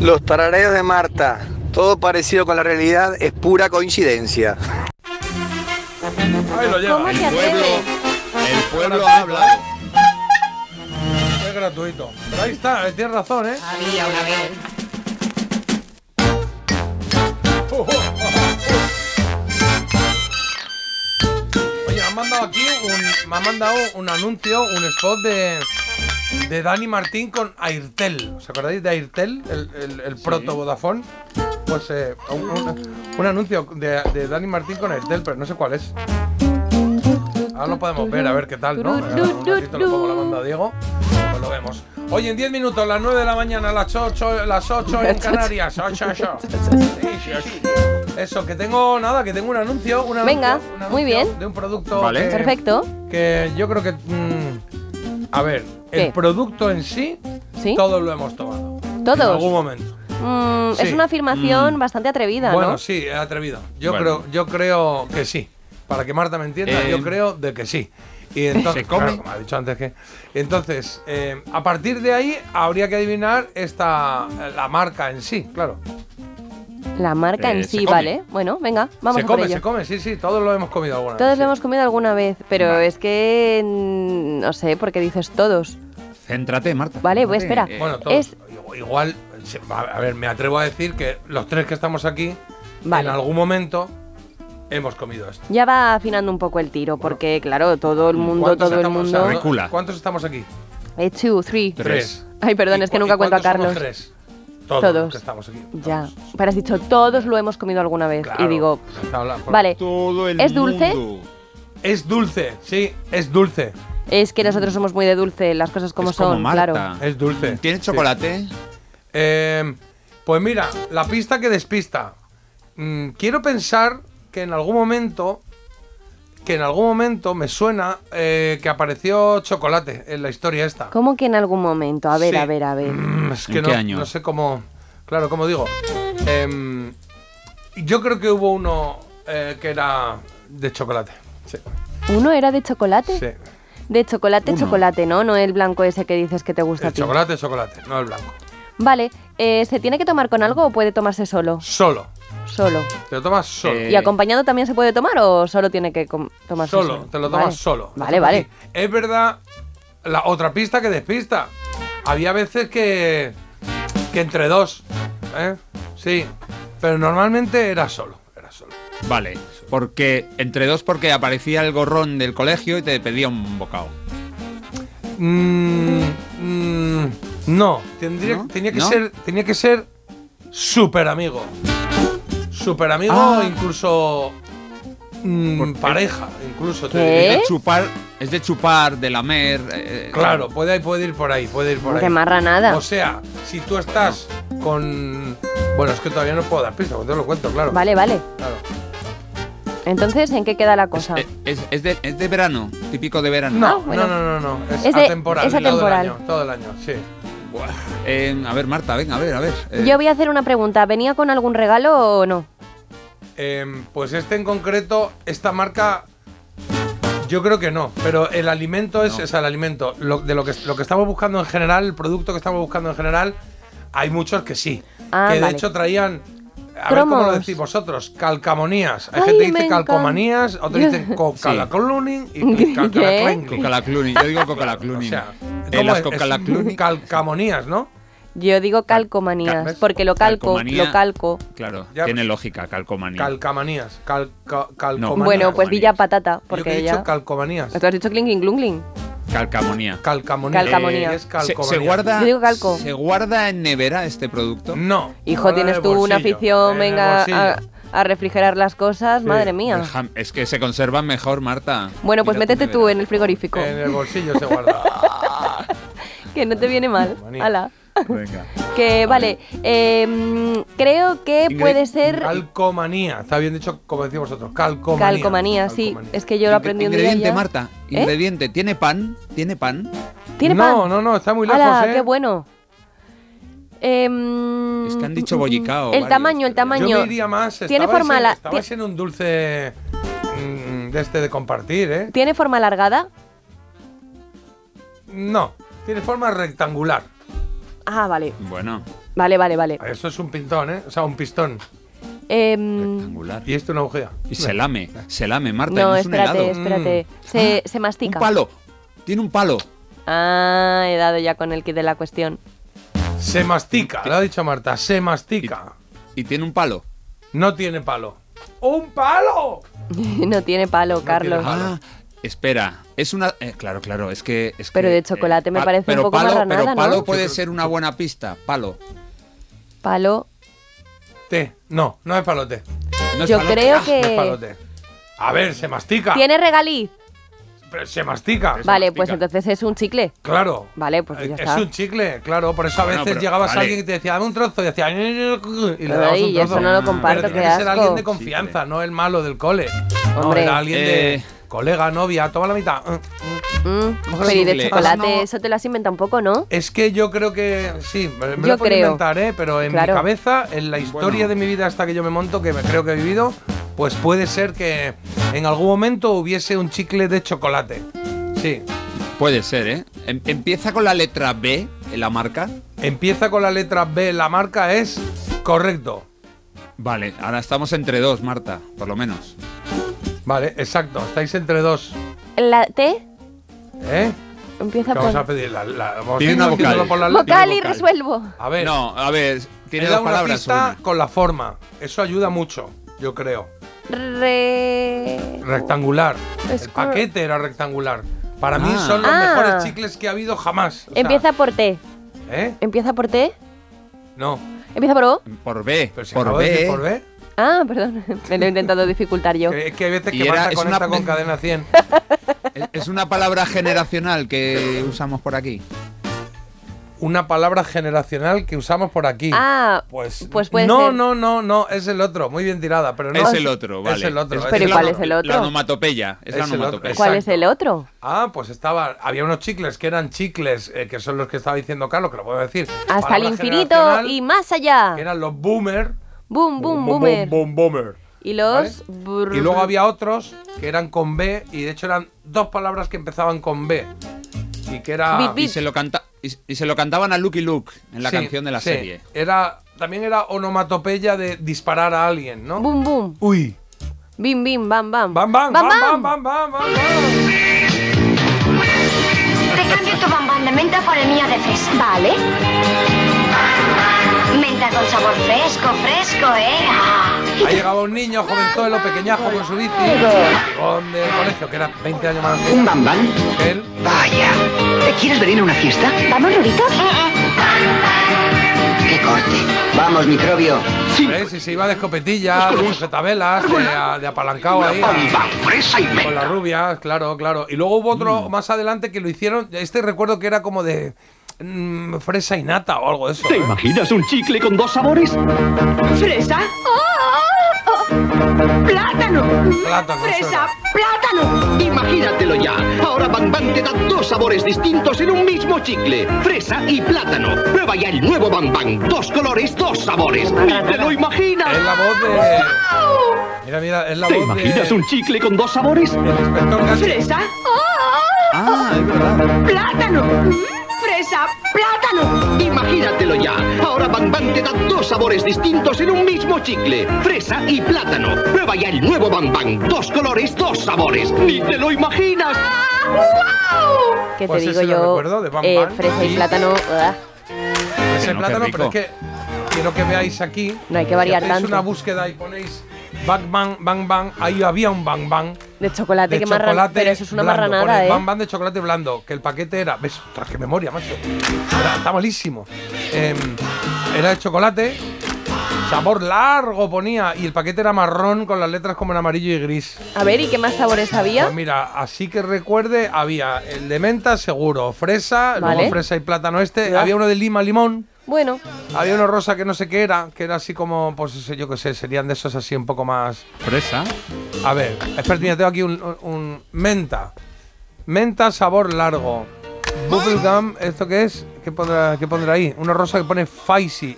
Los tarareos de Marta, todo parecido con la realidad es pura coincidencia. Ahí lo lleva. ¿Cómo te El pueblo, atreves? el pueblo ha hablado. Es gratuito. Pero ahí está, eh, tienes razón, ¿eh? Había una vez. Oye, me han mandado aquí un, me han mandado un anuncio, un spot de, de Dani Martín con Airtel. ¿Os acordáis de Airtel? El, el- el proto Vodafone. Pues eh, un, un- un anuncio de, de Dani Martín con Airtel, pero no sé cuál es. Ahora lo podemos ver, a ver qué tal, ¿no? Ahora Un ratito lo pongo la banda Diego. Pues lo vemos. Hoy en 10 minutos, las 9 de la mañana, las 8, las 8 en Canarias. 8, 8. Eso, que tengo nada, que tengo un anuncio. Un anuncio, Venga, un anuncio muy bien. De un producto. Vale. que- Perfecto. Que yo creo que. mm, a ver, el ¿Qué? producto en sí, ¿Sí? todos lo hemos tomado. En algún Todos. momento. Mm, Es Sí. Mm. una afirmación bastante atrevida, bueno, ¿no? sí, he atrevido. Yo, Bueno. creo, yo creo que sí. Para que Marta me entienda, Eh, yo creo de que sí. Y entonces, ¿se come? claro, como ha dicho antes que. Entonces, eh, a partir de ahí habría que adivinar esta la marca en sí, claro. La marca Eh, en se sí, come. vale. Bueno, venga, vamos se a por come, ello. se come, sí, sí, todos lo hemos comido alguna Todos vez. lo hemos comido alguna vez, pero Vale. es que mm, no sé por qué dices todos. Céntrate, Marta. Eh, Vale, voy, céntrate. espera. Bueno, todos. Eh, Es- Igual, se- a a ver, me atrevo a decir que los tres que estamos aquí, Vale. en algún momento, hemos comido esto. Ya va afinando un poco el tiro, porque claro, todo el mundo, ¿Cuántos todo el estamos? mundo. O sea, Recula. ¿Cuántos estamos aquí? Eh, two, three. Tres. Ay, perdón, es que ¿Y cu- nunca y cuento a cuántos somos Carlos. Tres. Todos, Todos. los que estamos aquí. Todos. Ya. Pero has dicho, todos lo hemos comido alguna vez. Claro, pues, Y digo, está habla- por- vale, Eh, Todo el ¿Es dulce? mundo. Es dulce, sí, es dulce. es que nosotros somos muy de dulce, las cosas como Es son, Marta. claro. Es dulce. ¿Tiene Sí. chocolate? Eh, pues mira, la pista que despista. Mm, quiero pensar que en algún momento, que en algún momento me suena eh, que apareció chocolate en la historia esta. ¿Cómo que en algún momento? A ver, Sí. a ver, a ver. Mm, es que ¿En no, qué año? no sé cómo. Claro, como digo. Em, yo creo que hubo uno eh, que era de chocolate. Sí, ¿Uno era de chocolate? sí. De chocolate, Uno. chocolate, ¿no? No el blanco ese que dices que te gusta a El ti. chocolate, chocolate, no el blanco. Vale, eh, ¿se tiene que tomar con algo o puede tomarse solo? Solo. Solo. Te lo tomas solo. Eh, ¿Y acompañado también se puede tomar o solo tiene que com- tomarse solo? solo, te lo tomas Vale. solo. Vale, vale. Es verdad, la otra pista que despista. Había veces que. que entre dos. ¿eh? Sí. Pero normalmente era solo. Era solo. Vale. Porque, entre dos, porque aparecía el gorrón del colegio y te pedía un bocado. Mm, mm, no, tendría, ¿No? tenía que ¿No? ser, tenía que ser super amigo, super amigo, Ah. incluso mm, ¿Por qué? pareja, incluso. te ¿Qué? diría. Es ¿Eh? de chupar, es de chupar, de lamer. eh, Claro, puede, puede ir por ahí, puede ir por No ahí. te marra nada. O sea, si tú estás con, bueno, es que todavía no puedo dar pistas, te lo cuento, claro. Vale, vale. claro. Entonces, ¿en qué queda la cosa? eh, Es, es de, es de verano, típico de verano. No, Ah, bueno. no, no, no, no, es, Es de- atemporal, es todo el atemporal. año, todo el año, sí. Buah. Eh, a ver, Marta, venga, a ver, a ver. eh, Yo voy a hacer una pregunta. ¿Venía con algún regalo o no? Em, pues este en concreto, esta marca, yo creo que no. Pero el alimento es, No. o sea, el alimento. Lo, de lo que, lo que estamos buscando en general, el producto que estamos buscando en general, hay muchos que sí. Ah, que de vale. hecho traían. A ver cómo lo Cromos. decís vosotros, calcamonías. Hay Ay, gente que me dice encanta. calcomanías, otros dicen co- Sí. calacluning y cal- ¿Qué? calaclenque. Coca-Cola Cluny, yo digo Coca-Cola Cluny. O sea, Eh, ¿cómo las es? Coca-Cola Es Cluny, Calcamonías, ¿no? Yo digo calcomanías, cal- porque lo calco, calcomanía. lo calco. Claro, Ya, tiene pues- lógica, calcomanía. Calcamanías. calca- calcomanías. Bueno, pues calcomanías. di ya patata, Yo que he porque dicho ya... calcomanías. Tú has dicho clinking glungling. Calcamonía. Calcamonías. Calcamonía. Eh, es Se, calcomanía. se guarda, Yo digo calco. ¿Se guarda en nevera este producto? No. Hijo, guarda en tienes el tú una bolsillo, afición, en el venga, ah, a, bolsillo. a refrigerar las cosas, Sí. madre mía. El jam- Es que se conservan mejor, Marta. Bueno, pues Mira tu métete tú nevera. en el frigorífico, En el bolsillo se guarda. que no te viene mal. Calcomanía. Hala. Venga. Que vale, eh, mm, creo que Ingrid, puede ser Calcomanía. Está bien dicho, como decís vosotros. Calcomanía. calcomanía, sí. Calcomanía. Es que yo lo aprendí un día Ingrediente, ya. Marta. ¿Eh? Ingrediente. ¿Tiene pan? ¿Tiene pan? ¿Tiene pan? No, no, no, está muy lejos, ¡Hala, ¿eh? qué bueno! Em, Es que han dicho bollicao El varios, tamaño, el pero ya- tamaño. Yo me iría más. Tiene estabais forma en- la- Estabais en un dulce mm, de este de compartir, ¿eh? ¿Tiene forma alargada? No, tiene forma rectangular. Ah, vale. Bueno. Vale, vale, vale. Eso es un pintón, ¿eh? O sea, un pistón. Em, Rectangular. Y esto una agujea. Y se lame, se lame, Marta. y no, no es un espérate, helado. espérate. Se, se Un mastica. palo. Tiene un palo. Ah, he dado ya con el kit de la cuestión. Se mastica, lo ha dicho Marta, se mastica. Y tiene un palo. No tiene palo. ¡Un palo! no tiene palo, tiene Carlos. Ah, espera. Es una. eh, claro, claro. Es que. es Pero que, eh, de chocolate me pa- parece un pero poco palo, marranada, Pero ¿no? palo puede ser una buena pista. Palo. Palo. Té. No, no es palote. No es Yo palo. creo No es que. palote. A ver, se mastica. ¿Tiene regaliz? Pero se mastica. Vale, pues mastica. entonces es un chicle. Claro. Vale, pues ya es está. un chicle, claro. Por eso a Bueno, veces pero- llegabas vale. a alguien y te decía, dame un trozo. Y decía, "Ni, ni, ni", y le Ay, dabas un yo trozo. eso no lo comparto, Pero qué tenía que ser asco. alguien de confianza, no el malo del cole. No, Hombre. era alguien de Eh. colega, novia, toma la mitad. Mm, Ojalá pero y de chicle. chocolate, Ojalá no- eso te lo has inventado un poco, ¿no? Es que yo creo que. Sí, me me Yo lo puedo creo. inventar, ¿eh? Pero en Claro. mi cabeza, en la historia Bueno. de mi vida hasta que yo me monto, que me creo que he vivido, pues puede ser que en algún momento hubiese un chicle de chocolate. Sí. Puede ser, ¿eh? Em- empieza con la letra B, en la marca. Empieza con la letra B, la marca es correcto. Vale, ahora estamos entre dos, Marta, por lo menos. Vale, exacto. Estáis entre dos. La T ¿Eh? empieza Que Vamos a por. pedir la, la- vamos Tiene a ir una haciéndolo vocal. por la letra. Vocal y vocal. resuelvo. A ver, No, a ver, tiene he dos dado una palabras. pista una. con la forma. Eso ayuda mucho, yo creo. Re. Rectangular. Es El que- paquete era rectangular. Para mí Ah. son los Ah. mejores chicles que ha habido jamás. O sea, Empieza por T. ¿Eh? Empieza por T. No. Empieza por O. Por B, Pero si por acabo de decir B. ¿eh? por B. Ah, perdón. Me lo he intentado dificultar yo. Que- Es que hay veces Y que era- Marta es conecta una- con cadena 100. Es- Es una palabra generacional que usamos por aquí. Una palabra generacional que usamos por aquí. Ah, Pues, pues puede no, ser. no, no, no, es el otro, muy bien tirada, pero no. es el otro, vale. Es el otro. Pero ¿y el cuál otro. es el otro? La onomatopeya. Es, Es el la otro, onomatopeya. ¿Cuál es exacto. el otro? Ah, pues estaba, había unos chicles que eran chicles, eh, que son los que estaba diciendo Carlos, que lo puedo decir. Hasta el Palabra infinito generacional, y más allá. que eran los boomer. Boom, boom, boomer. boom, boomer. Y los. brr- Y luego había otros que eran con B y de hecho eran dos palabras que empezaban con B. Y que era... Bit, bit. Y se lo canta y, y se lo cantaban a Lucky Luke en la Sí, canción de la sí. serie. Era, también era onomatopeya de disparar a alguien, ¿no? Boom, boom. Uy. Bim, bim, bam, bam. Bam, bam, bam, bam, bam, bam, bam, bam. Te cambio tu bombón de menta por el mío de fresa. Vale. Menta con sabor fresco, fresco, ¿eh? Ah. Ahí llegaba un niño, jovenzuelo, pequeñajo con su bici. Amigón del colegio, que era 20 años más ¿Un bambán? que él. Vaya. ¿Eh, ¿Quieres venir a una fiesta? ¿Vamos, Rubitos? ¡Qué corte! Vamos, microbio. ¿Ves? Y se iba de escopetilla, de sujetabelas, de, a- de apalancado ahí. a- fresa y Con las rubias, claro, claro. Y luego hubo otro más adelante que lo hicieron. Este recuerdo que era como de mm, fresa y nata o algo de eso. ¿Te ¿eh? imaginas un chicle con dos sabores? ¿Fresa? ¡Plátano! Plátano, ¡Fresa! eso ¡Plátano! Imagínatelo ya. Ahora Bang Bang te da dos sabores distintos en un mismo chicle. Fresa y plátano. Prueba ya el nuevo Bang Bang. Dos colores, dos sabores. ¡Ni te lo era. imaginas! Es la voz de. Mira, mira, es la ¿Te voz imaginas de. un chicle con dos sabores? El inspector Gadget. ¿Fresa? Ah, es verdad. Ah, ¡Plátano! ¡Fresa! ¡Plátano! Imagínatelo ya. Ahora Bang Bang te da dos sabores distintos en un mismo chicle. Fresa y plátano. Prueba ya el nuevo Bang Bang. Dos colores, dos sabores. ¡Ni te lo imaginas! Ah, Que te Pues digo ese lo recuerdo, de yo. Bam eh, Bam. fresa y Sí. plátano. ugh. Ese no, qué plátano, pero es rico. que quiero que veáis aquí. No hay que variar si hacéis tanto. una búsqueda y ponéis bang bang, bang bang. Ahí había un bang bang. De chocolate, De que marran- chocolate Pero eso es una blando. marranada, Pone ¿eh? Bam Bam de chocolate blando, que el paquete era. ¿Ves? Ostras, qué memoria, macho. Era- está malísimo. Em, era de chocolate, sabor largo ponía, y el paquete era marrón con las letras como en amarillo y gris. A ver, ¿y qué más sabores había? Pues mira, así que recuerde, había el de menta, seguro, fresa, Vale. luego fresa y plátano este, Ya. había uno de lima, limón. Bueno, Había uno rosa que no sé qué era, que era así como, pues eso, yo qué sé, serían de esos así un poco más. Fresa. A ver, espera, mira, tengo aquí un, un- menta. Menta sabor largo. Bubblegum, ¿esto qué es? ¿Qué pondrá, qué pondrá ahí? Una rosa que pone Faisy,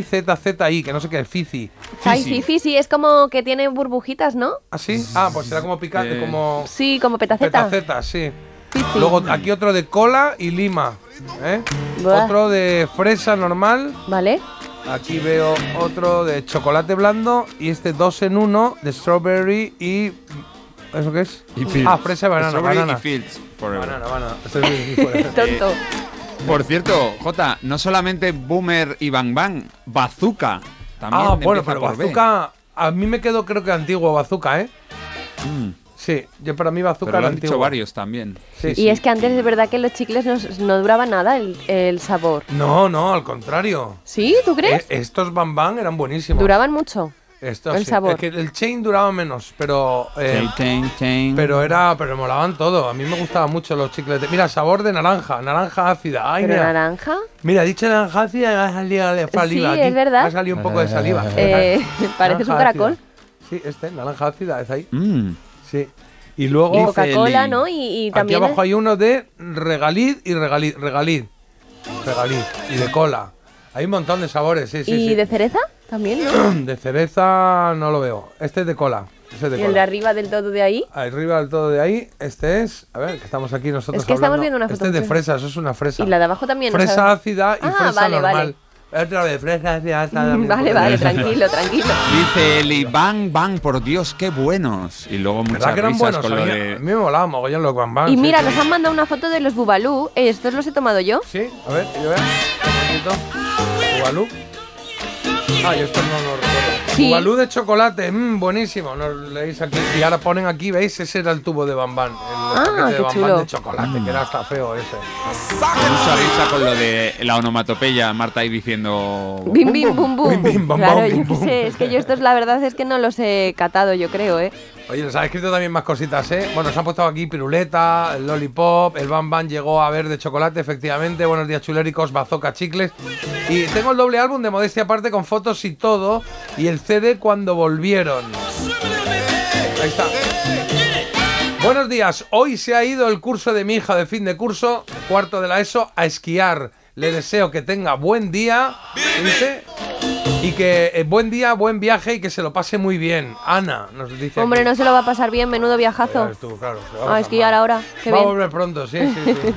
F-I-Z-Z-I, que no sé qué es, Fizi. ay, sí, sí, es como que tiene burbujitas, ¿no? ¿Ah, sí? Ah, pues será como picante, Eh, como Sí, como petaceta. petaceta, sí. Sí, sí. Luego aquí otro de cola y lima. ¿eh? Buah. Otro de fresa normal. ¿Vale? Aquí veo otro de chocolate blando y este dos en uno de strawberry y. ¿Eso qué es? Y Fields. Ah, fresa y banana. Strawberry Banana. y Fields forever. banana, banana. Estoy muy- muy fuera. Tonto. Por cierto, Jota, no solamente Boomer y Bang Bang, Bazooka. También ah, bueno, empieza pero por B. bazooka. A mí me quedó, creo que antiguo bazooka, ¿eh? Mm, Sí, yo para mí bazooka pero lo era han antiguo. dicho varios también. Sí, Y sí. es que antes es verdad que los chicles no, no duraba nada el, el sabor. No, no, al contrario. ¿Sí? ¿Tú crees? Eh, estos Bam Bam eran buenísimos. Duraban mucho. Estos, el sí. sabor. Es que el chain duraba menos, pero. eh, Chain, chain, chain. Pero era, pero molaban todo. A mí me gustaban mucho los chicles. de- mira, sabor de naranja, naranja ácida. Ay, Pero mira. naranja. Mira, dicho naranja ácida, me ha salido la saliva. Sí, aquí. es verdad. Me ha salido un poco de saliva. Eh, pareces Naranja un caracol. ácida. Sí, este, naranja ácida, es ahí. Mm, Sí. Y luego, Y Y Feli. Coca-Cola, ¿no? Y, y aquí también. abajo hay uno de regalid y regalid. Regalid. Regalid. Y de cola. Hay un montón de sabores, sí, sí. ¿Y sí. de cereza? También, ¿no? De cereza no lo veo. Este es de cola. Este es de Y cola. el de arriba del todo de ahí. Arriba del todo de ahí, este es. A ver, que estamos aquí nosotros. Es que estamos hablando. viendo una foto Este es de mucho. fresa, eso es una fresa. Y la de abajo también. ¿no Fresa sabes? ácida y Ah, fresa vale, normal. Otra vez, fresa ácida. ácida, también, Mm, Vale, porque- vale, tranquilo, tranquilo. Dice Eli, Bang Bang, por Dios, qué buenos. Y luego ¿Verdad muchas que eran risas buenos? A con lo mí, a de. mí me molaba mogollón los bambán. Y Ah, sí, mira, sí. nos han mandado una foto de los Bubalú. Eh, Estos los he tomado yo. Sí, a ver, yo veo. Un momentito. Bubalú. Ah, yo esto no lo recuerdo. Sí. Bubalú de chocolate, mm, buenísimo. Nos leéis aquí. Y ahora ponen aquí, ¿veis? Ese era el tubo de bambán. El paquete de Ah, qué bambán chulo. de chocolate, que era hasta feo ese. Mucha risa con lo de la onomatopeya, Marta ahí diciendo. Bim, bim, bum, Bim, bim, bum. bam, Claro, bam, yo bim, qué bum. sé. Es que yo estos, la verdad es que no los he catado, yo creo, ¿eh? Oye, nos han escrito también más cositas, ¿eh? Bueno, nos han puesto aquí piruleta, el lollipop, el bam bam llegó a ver de chocolate, efectivamente. Buenos días, chuléricos, bazooka, chicles. Y tengo el doble álbum de modestia aparte con fotos y todo. Y el CD cuando volvieron. Ahí está. Buenos días, hoy se ha ido el curso de mi hija de fin de curso, cuarto de la ESO, a esquiar. Le deseo que tenga buen día. Dice. Y que eh, buen día, buen viaje y que se lo pase muy bien. Ana nos dice. Hombre, aquí. no se lo va a pasar bien, menudo Ya viajazo. ves tú, claro, se va a Ah, pasar es que ya mal. era hora. Qué Va a bien. volver pronto, sí, sí, sí.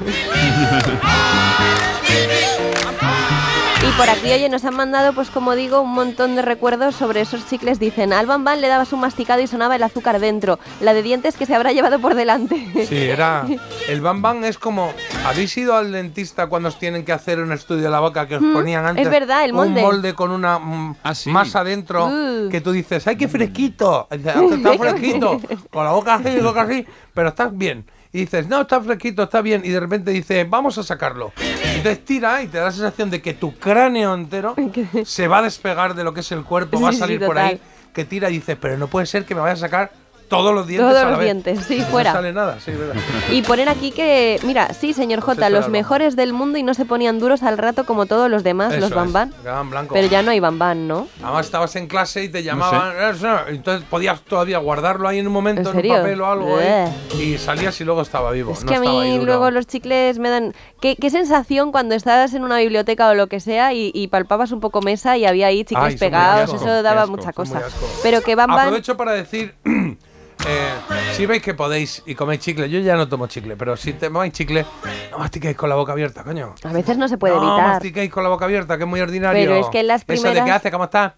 Y por aquí, oye, nos han mandado, pues como digo, un montón de recuerdos sobre esos chicles. Dicen, al Ban Ban le dabas un masticado y sonaba el azúcar dentro. La de dientes que se habrá llevado por delante. Sí, era. El bam bam es como. ¿Habéis ido al dentista cuando os tienen que hacer un estudio de la boca que os ponían antes? Mm, es verdad, el molde. Un molde con una mm, Ah, sí. masa dentro Uh. que tú dices, ¡ay, qué fresquito! Y dices, "Ah, Está fresquito. Con la boca así, la boca así, pero estás bien. Y dices, no, está fresquito, está bien. Y de repente dices, vamos a sacarlo. Entonces tira y te da la sensación de que tu cráneo entero se va a despegar de lo que es el cuerpo, Sí, va a sí, salir por total. ahí. que tira y dices, pero no puede ser que me vaya a sacar todos los dientes. Todos a la los vez". dientes, sí, Y no fuera. sale nada, sí, verdad. Y ponen aquí que, mira, sí, señor Pues J, eso era los lo- mejores del mundo y no se ponían duros al rato como todos los demás, Eso los es, bambán. quedaban blancos. Pero ya no hay bambán, ¿no? Además estabas en clase y te llamaban, "Eh, sí", entonces podías todavía guardarlo ahí en un momento, ¿En en, serio? un papel o algo, ahí, Bleh. y salías y luego estaba vivo. Es no que a estaba ahí mí duro. luego los chicles me dan... ¿Qué, qué sensación cuando estabas en una biblioteca o lo que sea y, y palpabas un poco mesa y había ahí chicles Ay, son muy pegados? asco, eso daba qué asco, mucha son muy cosa. asco. Pero que bambán... Aprovecho para decir, eh, si veis que podéis y coméis chicle, yo ya no tomo chicle, pero si tomáis chicle, no mastiquéis con la boca abierta, coño. A veces no se puede no evitar. mastiquéis con la boca abierta, que es muy ordinario. Pero es que en las Eso de primeras- qué hace, cómo está.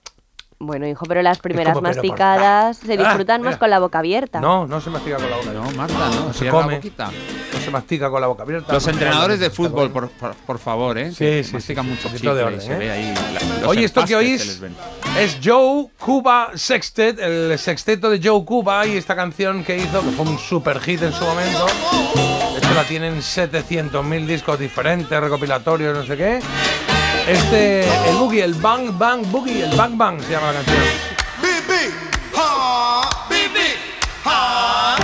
Bueno, hijo, pero las primeras como, pero por- masticadas se Ah, disfrutan más mira. con la boca abierta. No, no se mastica con la boca. No, Marta, no, se cierra la come. boquita. No se mastica con la boca abierta. Los No se entrenadores come. de fútbol, por, por- por favor, ¿eh? Sí, Que sí, mastican sí, sí, mucho un poquito de chicle y orden, se ¿eh? ve ahí la- los Oye, esto que empastes se les oís ven. es Joe Cuba Sextet, el sexteto de Joe Cuba y esta canción que hizo, que fue un super hit en su momento. De hecho, la tienen 700.000 discos diferentes, recopilatorios, no sé qué. Este, el Boogie, el Bang Bang Boogie, el Bang Bang se llama la canción.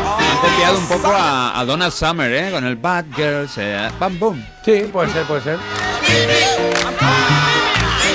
Han copiado un poco a, a Donna Summer, ¿eh? Con el Bad Girls, eh, Bam Boom. Sí, puede ser, puede ser.